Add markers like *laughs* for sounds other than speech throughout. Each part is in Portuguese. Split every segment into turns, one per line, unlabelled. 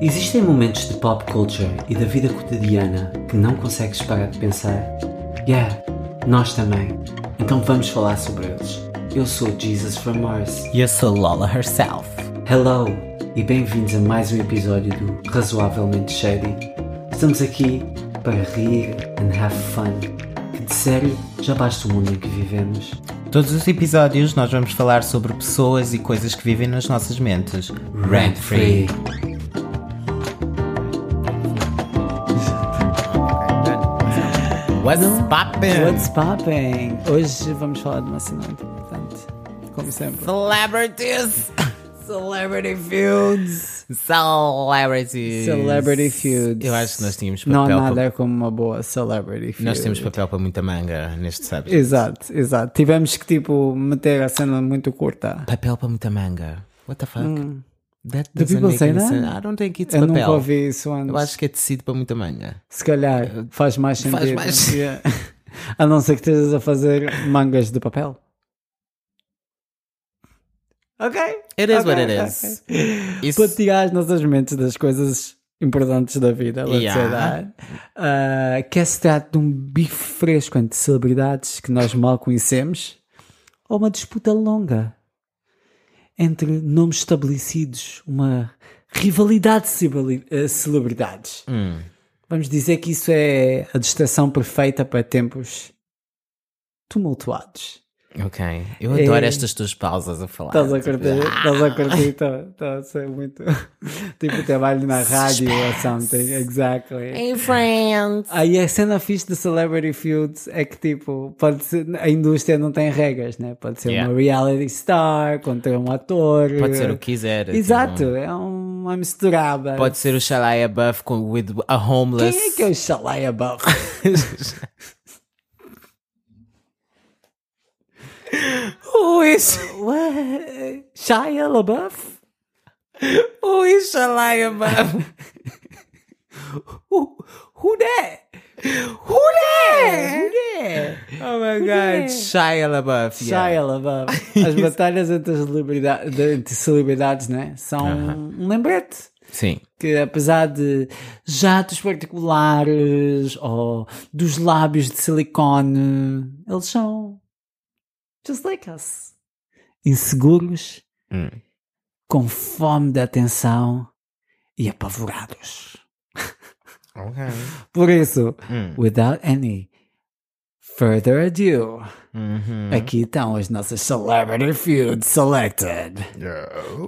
Existem momentos de pop culture e da vida cotidiana que não consegues parar de pensar. Yeah, nós também. Então vamos falar sobre eles. Eu sou Jesus from Mars.
E eu sou Lola herself.
Hello e bem-vindos a mais um episódio do Razoavelmente Shady. Estamos aqui para rir and have fun. Que de sério, já basta o mundo em que vivemos.
Todos os episódios nós vamos falar sobre pessoas e coisas que vivem nas nossas mentes. Rent free. What's poppin'?
What's popping? Hoje vamos falar de uma cena muito importante, como sempre.
Celebrities.
*laughs* Celebrity feuds.
Celebrities.
Celebrity feuds.
Eu acho que nós tínhamos
Não há
papel
nada
para-
como uma boa celebrity feud.
Nós temos papel para muita manga neste sábado.
Exato, exato. Tivemos que tipo meter a cena muito curta.
Papel para muita manga. What the fuck? That
Do
doesn't
Hum. people
make
say
any
that?
sense. I don't think it's
Eu
papel.
nunca ouvi isso
Eu
antes.
acho que é tecido para muita manga.
Se calhar faz mais sentido.
Faz mais- *laughs*
Yeah. A não ser que estejas a fazer mangas de papel. Ok.
It is
ok,
what it is. Isso-
Para tirar as nossas mentes das coisas importantes da vida, let's say
Yeah.
that. Ah, quer se trate de um bife fresco entre celebridades que nós mal conhecemos ou uma disputa longa entre nomes estabelecidos, uma rivalidade de celebri- eh, celebridades.
Hum.
Vamos dizer que isso é a distração perfeita para tempos tumultuados.
Ok. Eu adoro
É.
estas tuas pausas a falar.
Estás a
Tipo,
curtir? Estás a curtir? Está está a ser muito. *laughs* tipo, trabalho na rádio ou something. Exactly.
Hey, friends.
Aí a cena fixe de Celebrity Feuds é que, tipo, pode ser, a indústria não tem regras, né? Pode ser
Yeah.
uma reality star contra um ator.
Pode ser o que quiser.
Exato,
tipo,
é uma misturada.
Pode ser o Shalaia Buff com with a homeless.
Quem é que é o Shalaya Buff?
*laughs* Who is,
What? Shia LaBeouf?
who is Shalaia
*laughs*
Buff?
Who, who that?
who that?
Who that?
Oh my god, Shia LaBeouf. yeah.
Shia LaBeouf.
*laughs*
As batalhas entre, as celebridades, de, entre celebridades, né? São um lembrete.
Sim.
Que apesar de jatos particulares ou dos lábios de silicone, eles são just like us. Inseguros,
Hum.
com fome de atenção e apavorados.
Ok.
Por isso,
Hum.
without any further ado,
Uhum.
aqui estão as nossas Celebrity Feuds Selected.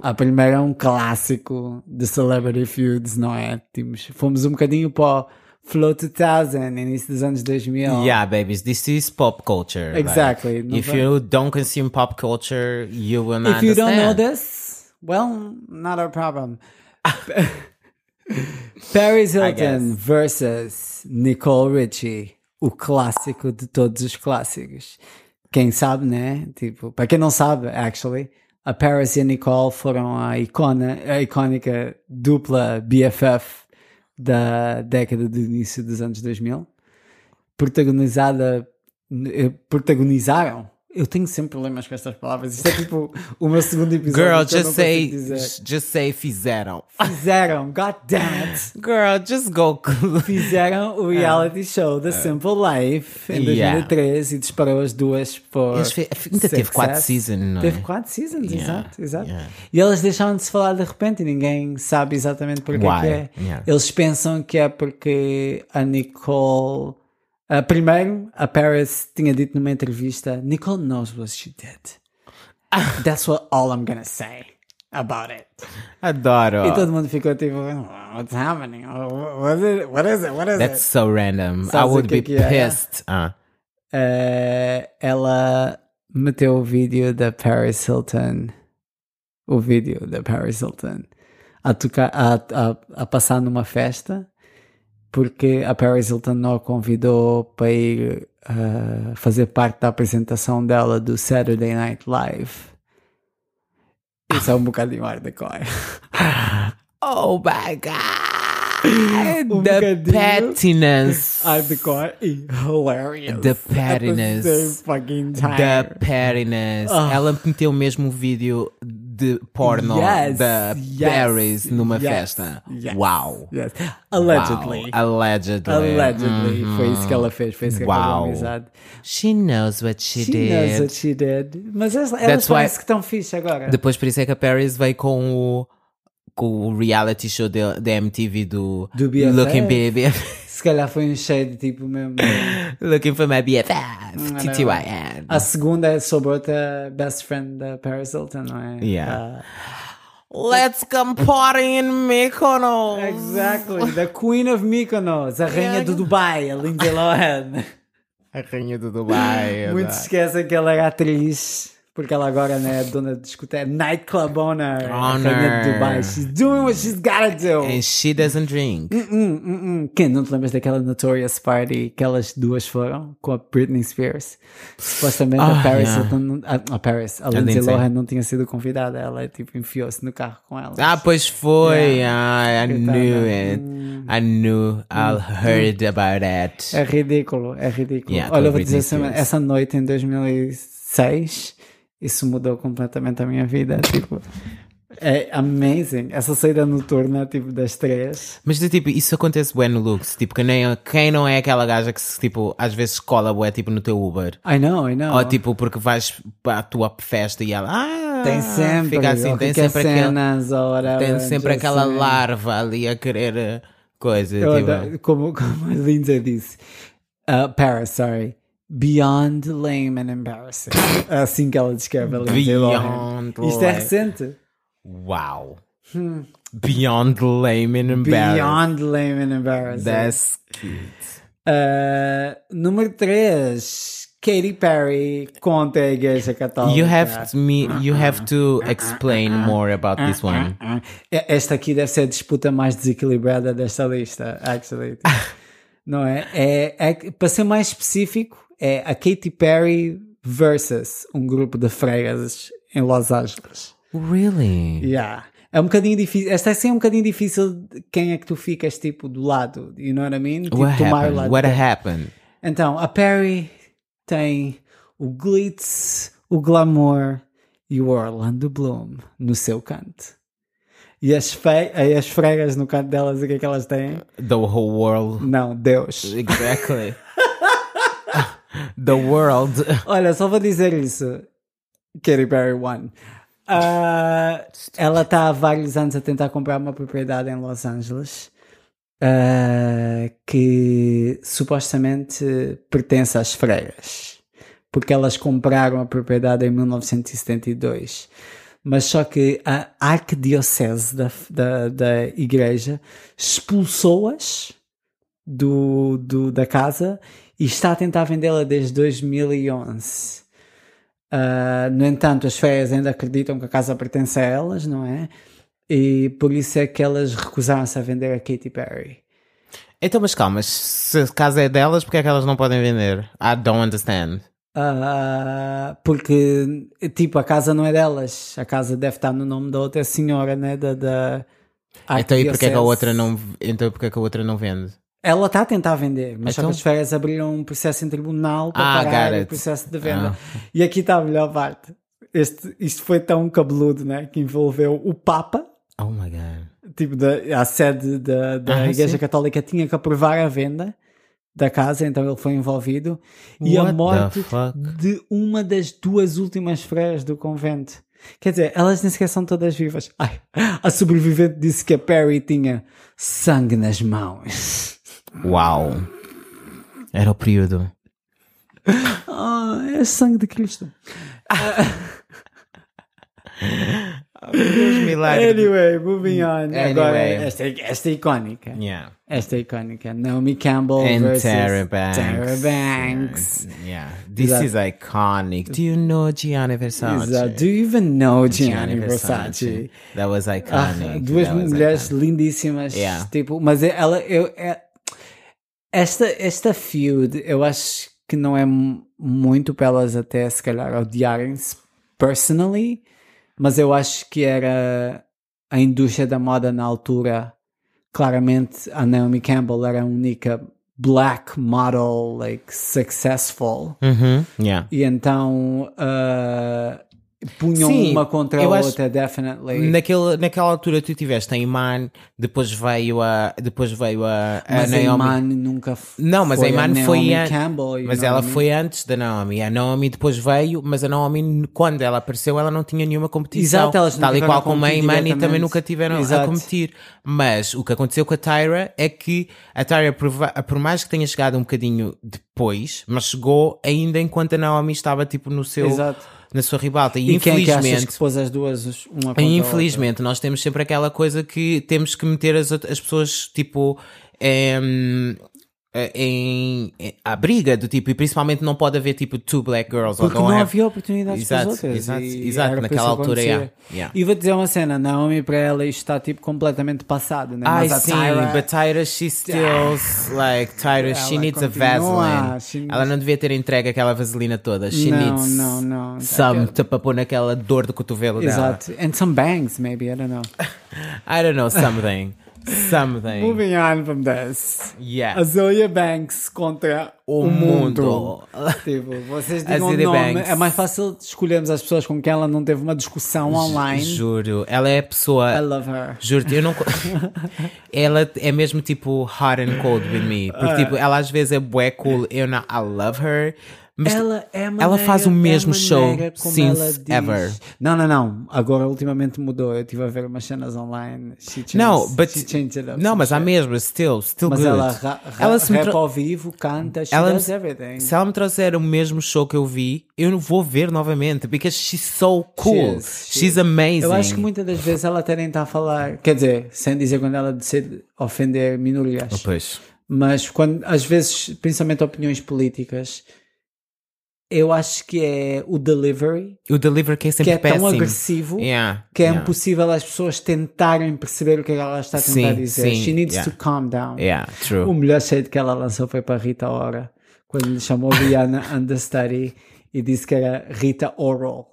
A primeira é um clássico de Celebrity Feuds, não é? Temos, fomos um bocadinho para o Flow 2000, início dos anos 2000.
Oh. Yeah, babies, this is pop culture. like,
Exactly. Não
if
vai-
you don't consume pop culture, you will not
If you don't know
understand.
this, well, not our problem. Paris Hilton versus Nicole Richie, o clássico de todos os clássicos. Quem sabe, né? Tipo, para quem não sabe, actually, a Paris e a Nicole foram a, icona, a icónica dupla BFF da década do início dos anos 2000, protagonizada, eh, protagonizaram. Eu tenho sempre problemas com estas palavras.
*laughs*
Isto é tipo o meu segundo episódio.
Girl,
que eu não
just say,
consigo dizer.
just say fizeram.
Fizeram, god damn it.
*laughs* Girl, just go. *laughs*
Fizeram o reality show The Simple Life em
Ah. Yeah.
2003 e disparou as duas por.
Eles fe- ainda teve
success.
quatro seasons, não é?
Teve quatro seasons,
Yeah,
exato, exato.
yeah.
E elas deixaram de se falar de repente e ninguém sabe exatamente porque
Why?
que é.
Yeah.
Eles pensam que é porque a Nicole. ah, primeiro, a Paris tinha dito numa entrevista: Nicole knows what she
*laughs*
did. That's what all I'm gonna say about it.
Adoro.
E todo mundo ficou tipo, what's happening? What is it? What is it? What is
That's
it?
so random. I
Sabes o
would
que
be
é que é?
pissed. Ah.
Eh, ela meteu o vídeo da Paris Hilton. O vídeo da Paris Hilton. A, tocar, a, a, a passar numa festa. Porque a Paris Hilton não a convidou para ir eh, fazer parte da apresentação dela do Saturday Night Live. Isso é um bocadinho hardcore.
Oh my *laughs* god.
Um
the
bocadinho.
pettiness.
*laughs* Hardcore e hilarious.
The pettiness. Ah,
At the same fucking time. Ah.
The pettiness. Ela meteu mesmo o vídeo de porno
Yes,
da
yes,
Paris numa
yes,
festa.
yes,
Uau!
yes. Allegedly.
Wow. Allegedly.
Allegedly.
Uhum.
Foi isso que ela fez, foi isso que acabou
Wow.
a amizade.
She knows what she,
She
did.
knows what she did. Mas elas, elas
why-
parece que estão fixe agora.
Depois por isso é que a Paris veio com o com o reality show da da MTV do,
Do BFF.
Looking *laughs* BFF.
Se calhar foi um shade
*coughs*
tipo mesmo.
Looking for my BFF.
Mm,
TTYN.
A segunda é sobre outra best friend da Paris Hilton, não é?
Yeah.
Ah,
Let's come party in Mykonos.
exactly. The Queen of Mykonos, a rainha do Dubai, a Lindsay
*laughs*
Lohan.
A rainha do
*gasps*
Dubai.
Muitos esquecem que ela era atriz, porque ela agora né, é dona de discoteca, nightclub owner, a rainha de
Honor.
Dubai. She's doing what she's gotta do.
And she doesn't drink.
Hum, hum, hum. Quem não te lembras daquela Notorious Party que elas duas foram com a Britney Spears? Supostamente a
Ah,
Paris,
yeah.
Hilton não- a, a Paris, a Lindsay
Lindsay.
Lohan não tinha sido convidada, ela tipo enfiou-se no carro com ela.
Ah, pois foi. Ah, I
Coitada.
knew it. I knew. I
Mm.
heard about it.
É ridículo, é ridículo.
Yeah,
Olha,
com
eu vou
Britney
dizer assim,
Spears.
essa noite em 2006, isso mudou completamente a minha vida, tipo... É amazing. Essa saída noturna, tipo, das três.
Mas, de, tipo, isso acontece bué no Lux. Tipo, que nem, quem não é aquela gaja que, se, tipo, às vezes cola bué, tipo, no teu Uber.
I know, I know.
Ou, tipo, porque vais para a tua festa e ela... Ah,
tem sempre,
Fica assim,
ou
tem
qualquer
sempre, aquele,
cenas, ou whatever,
tem sempre
just
aquela
saying.
larva ali a querer eh, coisa.
Eu
tipo.
adoro- como, como a Lindsay disse, uh, Paris, sorry. Beyond lame and embarrassing. É assim que ela descreve a Lindsay Lohan.
Beyond
Isto é
lame.
recente.
Wow. Beyond lame and embarrassed.
Hum. Beyond lame and embarrassing.
That's cute.
Uh, número 3. Katy Perry contra a Igreja Católica.
You have to me. You have to explain more about this one.
Ah, Esta aqui deve ser a disputa mais desequilibrada desta lista, actually. *laughs* Não é? É, é que, Para ser mais específico, é a Katy Perry versus um grupo de freiras em Los Angeles.
Really?
Yeah. É um bocadinho difícil. Esta é sempre um bocadinho difícil de quem é que tu ficas tipo do lado. You know what I mean? Tipo,
What
tomar o
happened?
lado
What
dela.
happened?
Então, a Perry tem o glitz, o glamour e o Orlando Bloom no seu canto. E as, fe... e as freiras no canto delas, o que é que elas têm?
The whole world.
Não, Deus.
Exactly. *laughs* the world.
*laughs* Olha, só vou dizer isso. Katy Perry won. Ah, ela está há vários anos a tentar comprar uma propriedade em Los Angeles ah, que supostamente pertence às freiras, porque elas compraram a propriedade em 1972. Mas só que a arquidiocese da, da, da igreja expulsou-as do, do- da casa e está a tentar vendê-la desde 2011. Ah, no entanto, as feias ainda acreditam que a casa pertence a elas, não é? E por isso é que elas recusaram-se a vender a Katy Perry.
Então, mas calma, se a casa é delas, porque é que elas não podem vender? I don't understand.
Ah, porque, tipo, a casa não é delas. A casa deve estar no nome da outra senhora, né? Da, da
Então, e porque é que a
arquidiocese.
outra não, então, e porque é que a outra não vende?
Ela está a tentar vender, mas só
Então?
que as férias abriram um processo em tribunal para
Ah,
parar
got
o
it.
processo de venda. E aqui está a melhor parte. Este, isto foi tão cabeludo, né? Que envolveu o Papa,
Oh my god.
tipo, da, a sede da, da
Ah,
Igreja
sim.
Católica tinha que aprovar a venda da casa, então ele foi envolvido. E
What
a
the
morte
fuck?
de uma das duas últimas freiras do convento. Quer dizer, elas nem sequer são todas vivas. Ai, a sobrevivente disse que a Perry tinha sangue nas mãos.
Uau. Era o período.
Ah, é sangue de Cristo.
Deus milagre.
Anyway, moving on. Agora,
Mm. Anyway.
esta, é- esta é icónica.
Yeah.
Esta é icónica. Naomi Campbell
And
versus
Tara Banks.
Tara Banks.
Yeah. This
that-
is iconic. Do you know Gianni Versace?
Is that- do you even know Gianni Versace?
That was
Ah,
iconic.
duas
That was
mulheres
iconic.
lindíssimas.
é Yeah.
Tipo, mas ela, eu, é- esta, esta feud, eu acho que não é mu- muito para elas até se calhar odiarem-se personally, mas eu acho que era a indústria da moda na altura. Claramente, a Naomi Campbell era a única black
Hum.
model, like, successful.
Uhum. Yeah.
E então ah, punham
Sim,
uma contra a
eu acho-
outra, definitely.
Naquele, naquela altura tu tiveste a Iman, depois veio a, depois veio a, a
Mas a,
Naomi.
Iman nunca f-
é Não, mas a
foi
Iman
Naomi
foi an-
Campbell, é? you
mas
know
ela
what I mean?
foi antes da Naomi. A Naomi depois veio, mas a Naomi, quando ela apareceu, ela não tinha nenhuma competição.
Exato, elas não
Tal e
tiveram
qual
a
como a
competir
Iman e também
diretamente.
nunca tiveram a
Exato.
competir. Mas o que aconteceu com a Tyra é que a Tyra, por, va- por mais que tenha chegado um bocadinho depois, mas chegou ainda enquanto a Naomi estava tipo no seu.
Exato.
Na sua ribalta, e,
E quem é que achas
infelizmente
que pôs as duas um os- uma contra a
Infelizmente, nós temos sempre aquela coisa que temos que meter as, out- as pessoas tipo em, em- em- à briga do tipo, e principalmente não pode haver tipo two black girls
Porque
ou
não
don't have-
havia oportunidades para
é. Exato,
as outras.
exato,
e
exato,
era por
naquela
isso que
altura,
acontecia.
yeah, yeah.
E vou dizer uma cena, Naomi para ela isto está tipo completamente passado, né?
Ai
Mas a
sim,
Tyra-
but Tyra she still like Tyra, she
Ela
needs a
continua,
Vaseline.
she-
Ela não devia ter entregue aquela vaselina toda. She
Não,
needs
não, não.
some para pôr naquela dor do cotovelo dela.
Exato. And some bangs, maybe, I don't know.
I don't know, something. something.
Moving on from this.
Yeah.
Azealia Banks contra o,
O mundo.
mundo. tipo,
*laughs*
vocês digam o
Azealia
nome.
Banks.
É mais fácil escolhermos as pessoas com quem ela não teve uma discussão online.
Juro, ela é a pessoa.
I love her.
Juro-te, eu não.
*laughs*
co- ela é mesmo tipo hot and cold with me.
Ah.
Porque tipo, ela às vezes é bué cool, eu não. I love her. Mas tipo,
Ela é a
Ela faz o
maneira- é a
mesmo show
maneira como
since
ela diz.
ever.
Não, não, não. Agora ultimamente mudou. Eu estive a ver umas cenas online. She changed,
Não, but.
she changed it up.
não, mas há mesmo, still, still
Mas
good.
ela, ra, ra,
Ela se me
rapa
tro-
ao vivo, canta, she
Ela me-
does everything.
se ela me trouxer o mesmo show que eu vi, eu não vou ver novamente. Because she's so cool.
is, she
she's
is.
amazing.
Eu acho que muitas das vezes ela até nem está a falar, quer dizer, sem dizer quando ela decide ofender minorias,
Pois.
mas quando às vezes, principalmente opiniões políticas, eu acho que é o delivery
O delivery que é
que
sempre
é
péssimo.
tão agressivo
Yeah,
que é
yeah,
impossível as pessoas tentarem perceber o que é que ela está a tentar
Sim,
dizer.
sim,
She needs
yeah.
to calm down.
Yeah, true.
O melhor shade que ela lançou foi para Rita Ora, quando lhe chamou Rihanna
*laughs*
Understudy e disse que era Rita Oral.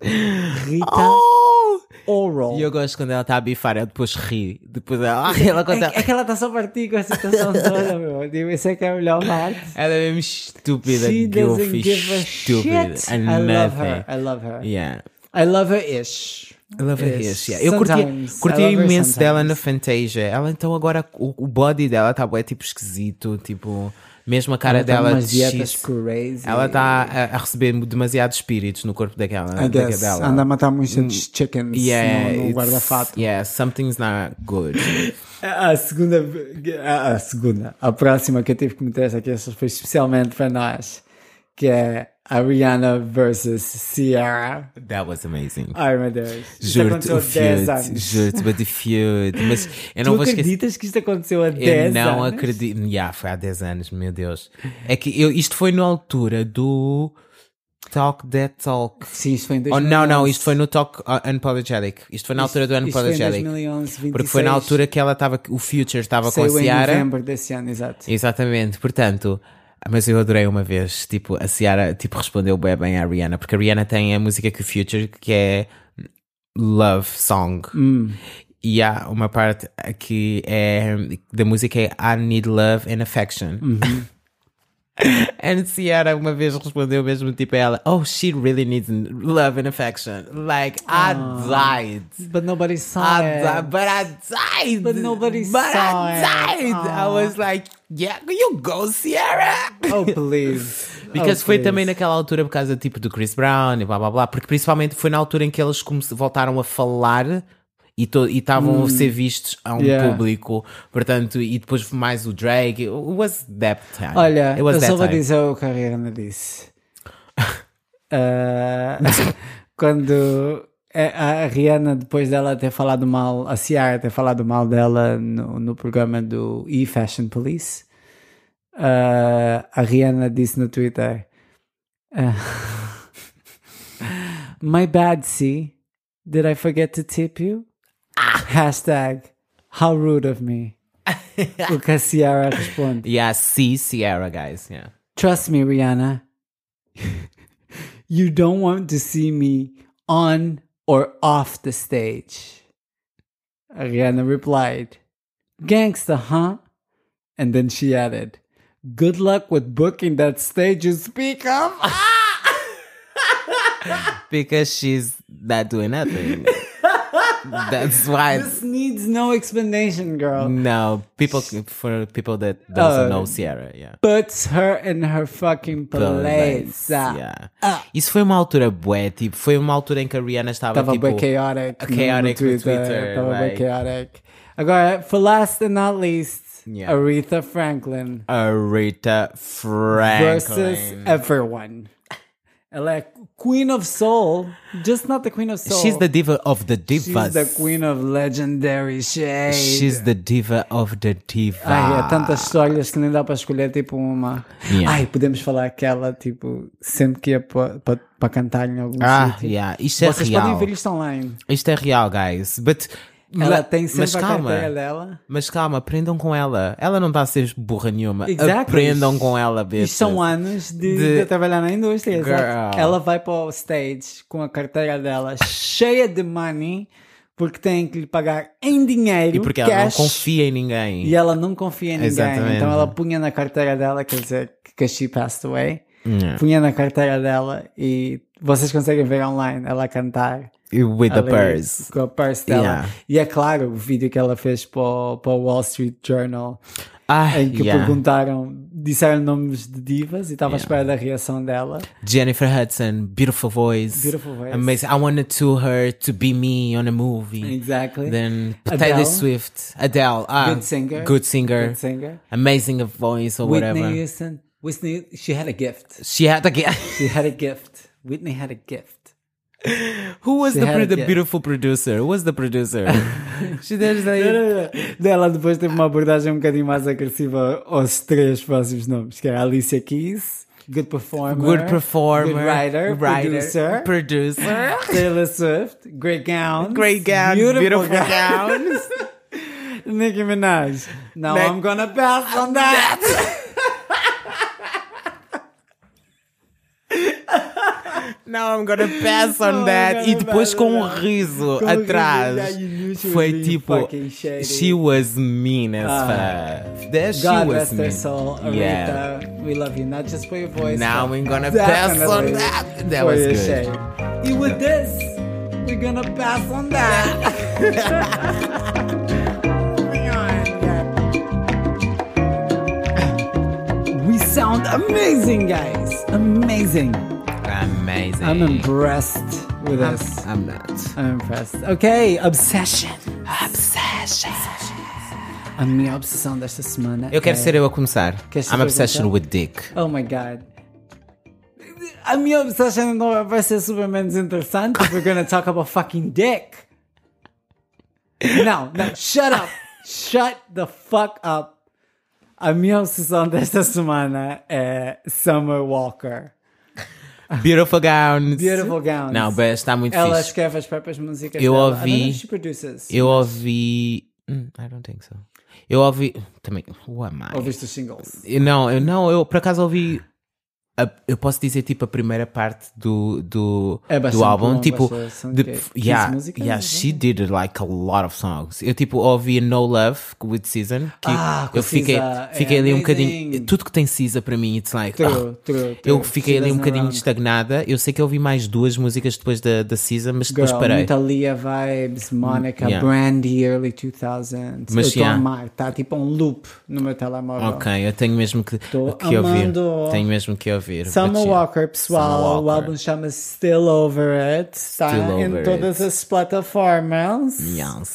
Rita
Oh!
Oral.
E eu gosto quando ela está a bifar, eu depois ri. Depois ela, ah, ela conta.
*laughs* É, é que ela está só a partir com a
*laughs*
situação toda, meu. Digo, isso é que é a melhor parte.
Ela é mesmo estúpida,
She doesn't
goofy,
give a
estúpida.
shit.
And
I love her.
nothing.
I love her.
Yeah.
I love her ish.
I love her
Yes,
yeah. Eu curtia,
sometimes.
curtia
I love her
imenso dela
sometimes.
na Fantasia. Ela então agora, o, o body dela está é tipo esquisito, tipo, mesmo a cara
Ela tá
dela
umas
de
dietas
X.
crazy.
Ela está a, a receber demasiados espíritos no corpo daquela.
I guess,
daquela.
É anda a matar muitos chickens
yeah,
no, no
it's-
guarda-fato.
Yeah, something's not good.
A segunda, a, a segunda, a próxima que eu tive que meter esta aqui, esta foi especialmente para nós, que é a Rihanna versus Ciara.
That was amazing.
Ai meu Deus, isto
Juro-te,
aconteceu
o
há 10
Fiat,
anos.
juro-te, but the Fiat. Mas eu não
Tu
vou esquecer.
acreditas que isto aconteceu há 10
Eu não
anos?
acredito. Yeah, foi há 10 anos, meu Deus. É que eu, isto foi na altura do Talk That Talk.
Sim, isto foi em
Oh,
2011.
não, não, isto foi no Talk uh, Unapologetic. Isto foi na altura do
Isto foi em
Unapologetic.
2011, 26,
Porque foi na altura que ela estava, o Future estava com a
saiu em
Ciara.
novembro desse ano, exato.
Exatamente, portanto. Mas eu adorei uma vez, tipo, a Ciara tipo, respondeu bem, bem à Rihanna, porque a Rihanna tem a música que o Future, que é Love Song. E há uma parte que é da música é I Need Love and Affection. *laughs* And Ciara uma vez respondeu mesmo tipo a ela, Oh, she really needs love and affection. Like I died.
But nobody saw
I
it.
died, but I died.
But nobody
But
saw
I
it.
died. I
Aw.
was like, yeah, you go, Ciara.
Oh, please.
*laughs* Because
Oh,
foi
please.
também naquela altura por causa tipo do Chris Brown e blá blá blá, porque principalmente foi na altura em que eles come- voltaram a falar e to- e estavam a ser vistos a um
Hum. Yeah.
público, portanto, e depois mais o Drake, it was that time.
Olha,
it was
eu
that
só vou
time.
dizer o que a
*laughs*
Rihanna disse. Ah, quando a a Rihanna, depois dela ter falado mal, a Ciara ter falado mal dela no, no programa do E-Fashion Police, ah, a Rihanna disse no Twitter: ah, *laughs* My bad, C. Did I forget to tip you?
Ah!
Hashtag, how rude of
*laughs*
me. o que a Ciara responde.
Yeah, see Sierra guys, yeah.
Trust me, Rihanna. you don't want to see me on or off the stage. Rihanna replied, Gangsta, huh? And then she added, *laughs* Good luck with booking that stage you speak of.
because she's not doing nothing. *laughs* That's why.
This needs no explanation, girl.
No, people for people that doesn't
Oh.
know Sierra, yeah.
Puts her in her fucking
Parabéns,
paleta.
yeah.
Ah.
Isso foi uma altura bué, tipo, foi uma altura em que a Rihanna estava,
Estava
tipo...
bem chaotic. no-
chaotic no
no
Twitter,
Tava bem
like-
chaotic. Agora, for last and not least,
Yeah.
Aretha Franklin
Aretha Franklin.
versus everyone. Ela é Queen of Soul, just not the Queen of Soul.
She's the diva of the
She's
divas.
the Queen of Legendary Shade.
She's the diva of the diva.
Ai, é há tantas histórias que assim, nem dá para escolher tipo uma.
Yeah.
Ai, podemos falar aquela, tipo, sempre que ia para cantar em algum
Ah,
sítio.
yeah. Isto é
Vocês podem
real.
ver isto online.
Isto é real, guys. But,
Ela
la-
tem sempre
mas
a
calma.
carteira dela.
Mas calma, aprendam com ela. Ela não está a ser burra nenhuma.
Exactly.
Aprendam com ela, bitch.
Isto é um são anos de,
é De-
de trabalhar na indústria. exato.
Girl.
Ela vai para o stage com a carteira dela cheia de money, porque tem que lhe pagar em dinheiro.
E porque
cash,
ela não confia em ninguém.
E ela não confia em ninguém.
Exatamente.
Então ela punha na carteira dela, quer dizer, que she passed away.
É.
Punha na carteira dela e vocês conseguem ver online ela cantar.
With the
ali
purse.
Com a purse dela.
Yeah.
E é claro, o vídeo que ela fez para o, para o Wall Street Journal
Ah,
em que
yeah.
perguntaram, disseram nomes de divas e estava à espera da reação dela.
Jennifer Hudson, beautiful voice.
Beautiful voice.
Amazing. I wanted to her to be me on a movie.
Exactly.
Then
Adele.
Taylor Swift, Adele, ah,
Good singer.
good singer,
Good singer.
amazing a voice or
Whitney
whatever.
Houston. Whitney, she had a gift.
She had a g- *laughs*
She had a gift. Whitney had a gift.
Who was
She
the,
had
pro-
a
the
gift.
beautiful producer? Who was the
*laughs*
producer? she does like
Dela depois teve uma abordagem um bocadinho mais agressiva aos três próximos nomes, que era Alicia Keys, good performer,
good performer,
good writer, producer, *laughs*
producer,
Taylor Swift, great gowns,
great gown, beautiful,
gown. *laughs*
gowns.
Nicki Minaj. Now
Nick-
I'm gonna pass on that.
Não, I'm gonna pass
Não,
on
I'm
that. E
gonna
depois
pass
com
on
um
that.
riso
Com um riso, yeah,
atrás.
you knew she was
Foi
being
tipo.
fucking shady. Ah.
She was mean as fuck. That she
God
was
rest
mean.
their soul, Aretha.
Yeah.
We love you, not just for your voice.
Now
but
we're gonna pass on
definitely
that. That
for
was
your
good.
shade. And with this, we're gonna pass on
*laughs*
that. Moving on, yeah. We sound amazing, guys. Amazing.
Amazing.
I'm impressed with us.
Mm. I'm not.
I'm impressed. Ok, obsession. Obsession. A minha obsessão desta semana.
Eu quero
é-
ser eu a começar.
Queres
I'm
ser
obsession
eu a
with dick.
Oh my god. A minha obsession não vai ser super menos interessante. We're gonna talk about fucking dick. Não, não, shut up. Shut the fuck up. A minha obsessão desta semana é Summer Walker.
Beautiful gowns.
Beautiful gowns.
Não, mas está muito
Ela
fixe.
escreve as próprias músicas
Eu
dela. I
ouvi-
don't know if she produces.
Eu ouvi. Hum, I don't think so. Eu ouvi. Também. Who am I?
Ouviste os singles.
Eu Não, eu não, eu por acaso ouvi. a- eu posso dizer tipo a primeira parte do, do,
É bastante
do álbum.
longa,
tipo,
são
de,
quê? 15
yeah,
músicas,
yeah,
não é?
she did like a lot of songs. Eu tipo ouvi a No Love with Season. Que
Ah, com
eu fiquei,
SZA, é
fiquei ali um bocadinho.
amazing.
Tudo que tem Cisa para mim, it's like. ah,
True, true, true.
Eu fiquei
She
ali um
doesn't
bocadinho
run.
estagnada. Eu sei que eu ouvi mais duas músicas depois da, da Cisa, mas depois
Girl,
parei.
Muita Leah vibes, Monica,
yeah.
Brandy, early 2000s.
Mas
eu estou
yeah.
a amar, está tipo um loop no meu telemóvel.
Ok, eu tenho mesmo que,
Tô
que ouvir.
amando.
Tenho mesmo que ouvir. but
Summer
yeah.
Walker, pessoal,
Summer Walker.
o álbum chama-se Still Over It, está
Still
em
Over
todas
It.
as plataformas.
Yes.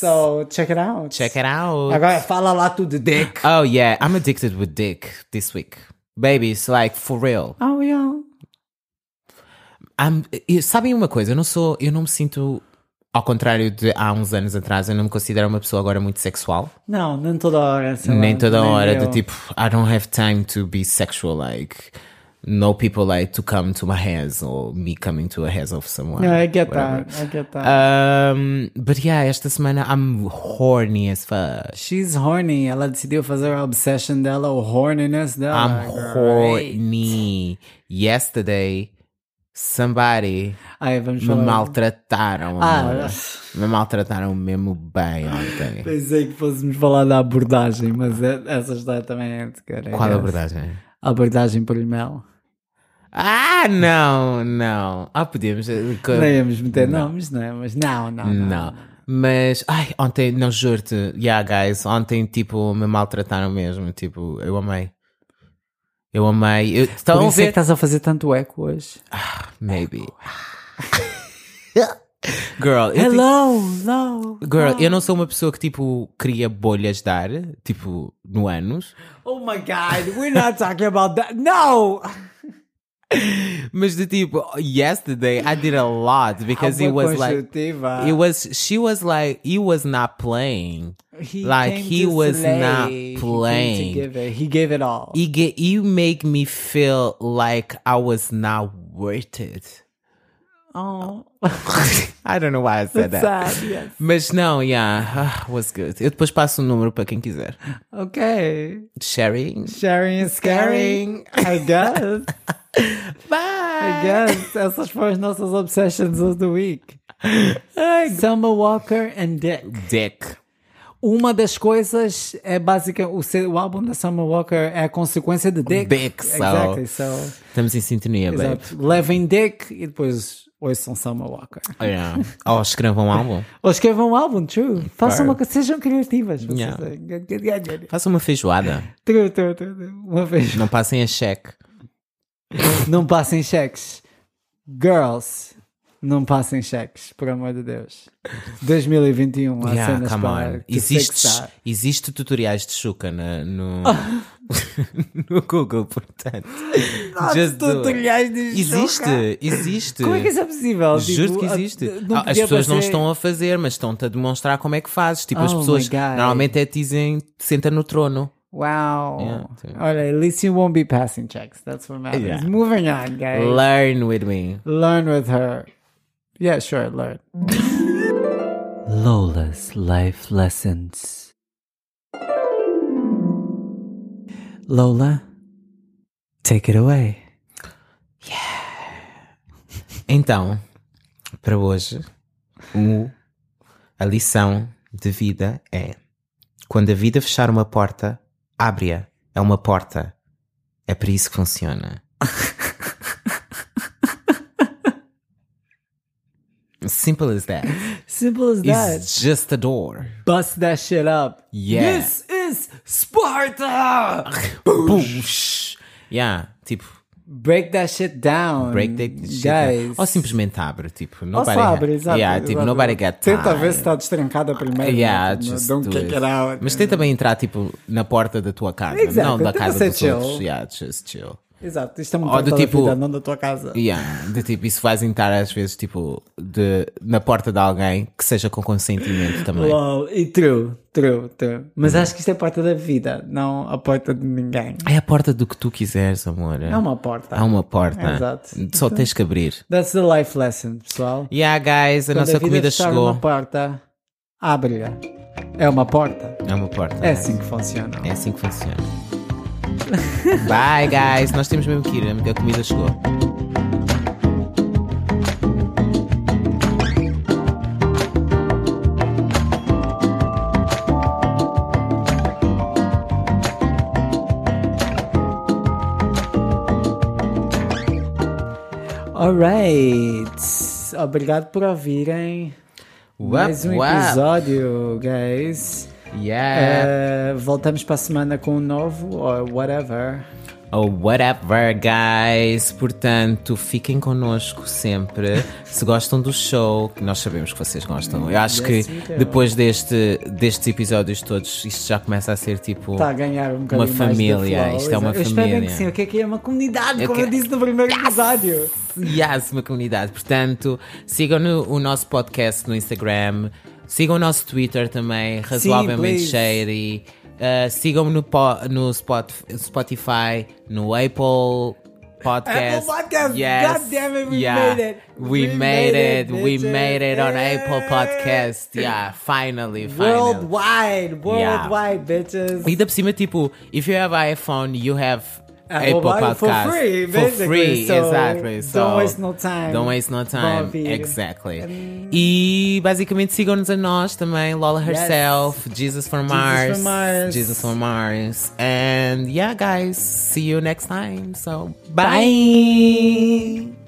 So, check it out.
Check it out.
Agora fala lá tudo, Dick.
Oh yeah, I'm addicted with dick this week. Baby, it's like for real.
Oh, yeah.
I'm, e- sabem uma coisa, eu não sou, eu não me sinto ao contrário de há uns anos atrás, eu não me considero uma pessoa agora muito sexual.
Não, nem toda hora. sei lá,
nem toda hora
eu.
do tipo, I don't have time to be sexual like no people like to come to my hands or me coming to a hands of someone.
Yeah, I get
whatever.
that. I get that.
Um, but yeah, esta semana I'm horny as fuck.
She's horny. Ela decidiu fazer a obsession dela, o horniness dela.
I'm horny. Yesterday, somebody
Aí vamos
me
falar.
maltrataram.
é? Ah,
amor. Me maltrataram mesmo bem ontem.
pensei que fôssemos falar da abordagem, mas é- essa história também é de cara.
Qual
é
a
essa.
abordagem?
A abordagem por e-mail.
Ah, não, não. Ah, podíamos.
Não íamos meter nomes, não é? Mas não, não. não.
Não. Mas, ai, ontem, não juro-te, yeah, guys, ontem, tipo, me maltrataram mesmo. Tipo, eu amei. Eu amei. Eu,
Por
estão a
isso é que tá-
ver?
estás a fazer tanto eco hoje.
É Maybe. *laughs* Girl, eu
Hello, hello.
ti- Girl, eu não sou uma pessoa que, tipo, cria bolhas de ar, tipo, no ânus.
Oh my God, we're not talking about that. No!
Mas de tipo, yesterday I did a lot because it was like. It was, she was like, he was not playing.
He
like,
came
he
to
was not
slay. He came to
playing.
give it- He gave it all.
You get you make me feel like I was not worth it.
Oh, *laughs*
I don't know why I said that.
sad, yes.
Mas não, yeah, ah, was good. Eu depois passo o número para quem quiser.
Okay.
Sharing.
Sharing is caring. I guess. I
Bye.
guess. Essas foram as nossas obsessions of the week. Selma Walker and Dick.
Dick.
Uma das coisas é básica. O, se- o álbum da Selma Walker é a consequência de Dick.
Dick, so-
Exactly. So,
Estamos em sintonia, babe.
exato. Levem Dick e depois ouçam Selma Walker.
Yeah. Oh, escrevam um álbum.
Ou escrevam um álbum, true. Façam uma coisa. Sejam criativas. vocês.
Yeah. Faça uma feijoada.
True, true, true, true. Uma vez.
Não passem a cheque.
Não passem cheques. Girls, não passem cheques, por amor de Deus. e 2021, há
Yeah,
cenas
come
para
on.
que
Existe,
fixar.
existe tutoriais de chuca na-
*laughs*
no, no Google, portanto. Just do it.
tutoriais de
Existe, existe.
Como é que isso é possível?
Juro
Tipo,
que
a- um
existe.
não
Ah, as
podia
pessoas não
aparecer-
estão a fazer, mas estão-te a demonstrar como é que fazes. Tipo, as
Oh my
pessoas
God.
normalmente é te dizem senta no trono.
Wow.
Yeah, sim.
Olha, at least you won't be passing checks. That's what matters.
Yeah.
Moving on, guys.
Learn with me.
learn with her. Yeah, sure, learn.
Lola's Life Lessons.
Lola, take it away.
Então, para hoje,
Um
o- a lição de vida é: quando a vida fechar uma porta, abre-a. É uma porta. É para isso que
*laughs*
funciona. Simple as that.
Simple as that.
It's just a door.
Bust that shit up.
Yeah.
This is Sparta.
Push. Yeah, tipo,
Break that shit down.
break that shit.
Guys.
Ou simplesmente abre, tipo,
Ou
nobody
sabe,
ha-
exato.
Yeah, tipo,
exato.
nobody got time.
Tenta ver se está destrancada primeiro.
Yeah,
né?
just
Don't
do
kick
it.
it, out.
Mas tenta bem entrar, tipo, na porta da tua casa,
Exato,
não da
tenta
casa
ser
dos
chill.
outros. Yeah, just chill.
Exato, isto é
Ou
muito
do
da
tipo-
vida, não da tua casa.
Yeah, de tipo, isso faz entrar às vezes, tipo, de, na porta de alguém que seja com consentimento também.
Wow, e true, true, true. Mas acho que isto é a porta da vida, não a porta de ninguém.
É a porta do que tu quiseres, amor.
É uma porta.
Há uma porta.
Exato. Então-
Só tens que abrir.
That's the life lesson, pessoal.
Yeah, guys, a
Quando
nossa
a vida
comida
fechar
chegou.
uma porta, abre-a. É uma porta.
É uma porta.
É assim que funciona.
É assim que funciona. Bye, guys. Nós temos mesmo que ir, porque a comida chegou.
Alright. Obrigado por ouvirem. Mais um
Wap, wap.
episódio, guys.
Yeah.
Eh, voltamos para a semana com um novo, or whatever.
Oh, whatever, guys. Portanto, fiquem connosco sempre. Se gostam do show, que nós sabemos que vocês gostam. Eu acho
Yes, we
que
do.
depois deste, destes episódios todos, isto já começa a ser tipo.
Está a ganhar um
Uma
bocadinho mais de
família,
flow,
isto é uma
Eu espero bem que
família.
sim, o que é que é uma comunidade,
Eu
como eu
quero-
disse no primeiro episódio.
Yes, assim uma comunidade. Portanto, sigam no- o nosso podcast no Instagram, sigam o nosso Twitter também, razoavelmente
please.
shady. Uh, Sigam-me no, po- no Spot- Spotify, no Apple Podcast.
Apple Podcast, God damn it, we made it.
We,
We
made,
made
it,
it,
we
bitches.
made it on
Yeah.
Apple Podcast. Yeah, finally, finally.
Worldwide, worldwide, bitches.
E ainda por cima, tipo, if you have iPhone, you have Apple
Ah, Mobile for
Podcast.
free,
For
basically.
free,
So,
exactly. So,
don't waste no time.
Don't waste no
Vão
time.
ouvir.
Exactly. E basicamente sigam-nos a nós também, Lola herself, Jesus from Mars,
from Mars.
Jesus from Mars. And yeah, guys, see you next time. So, bye.
Bye.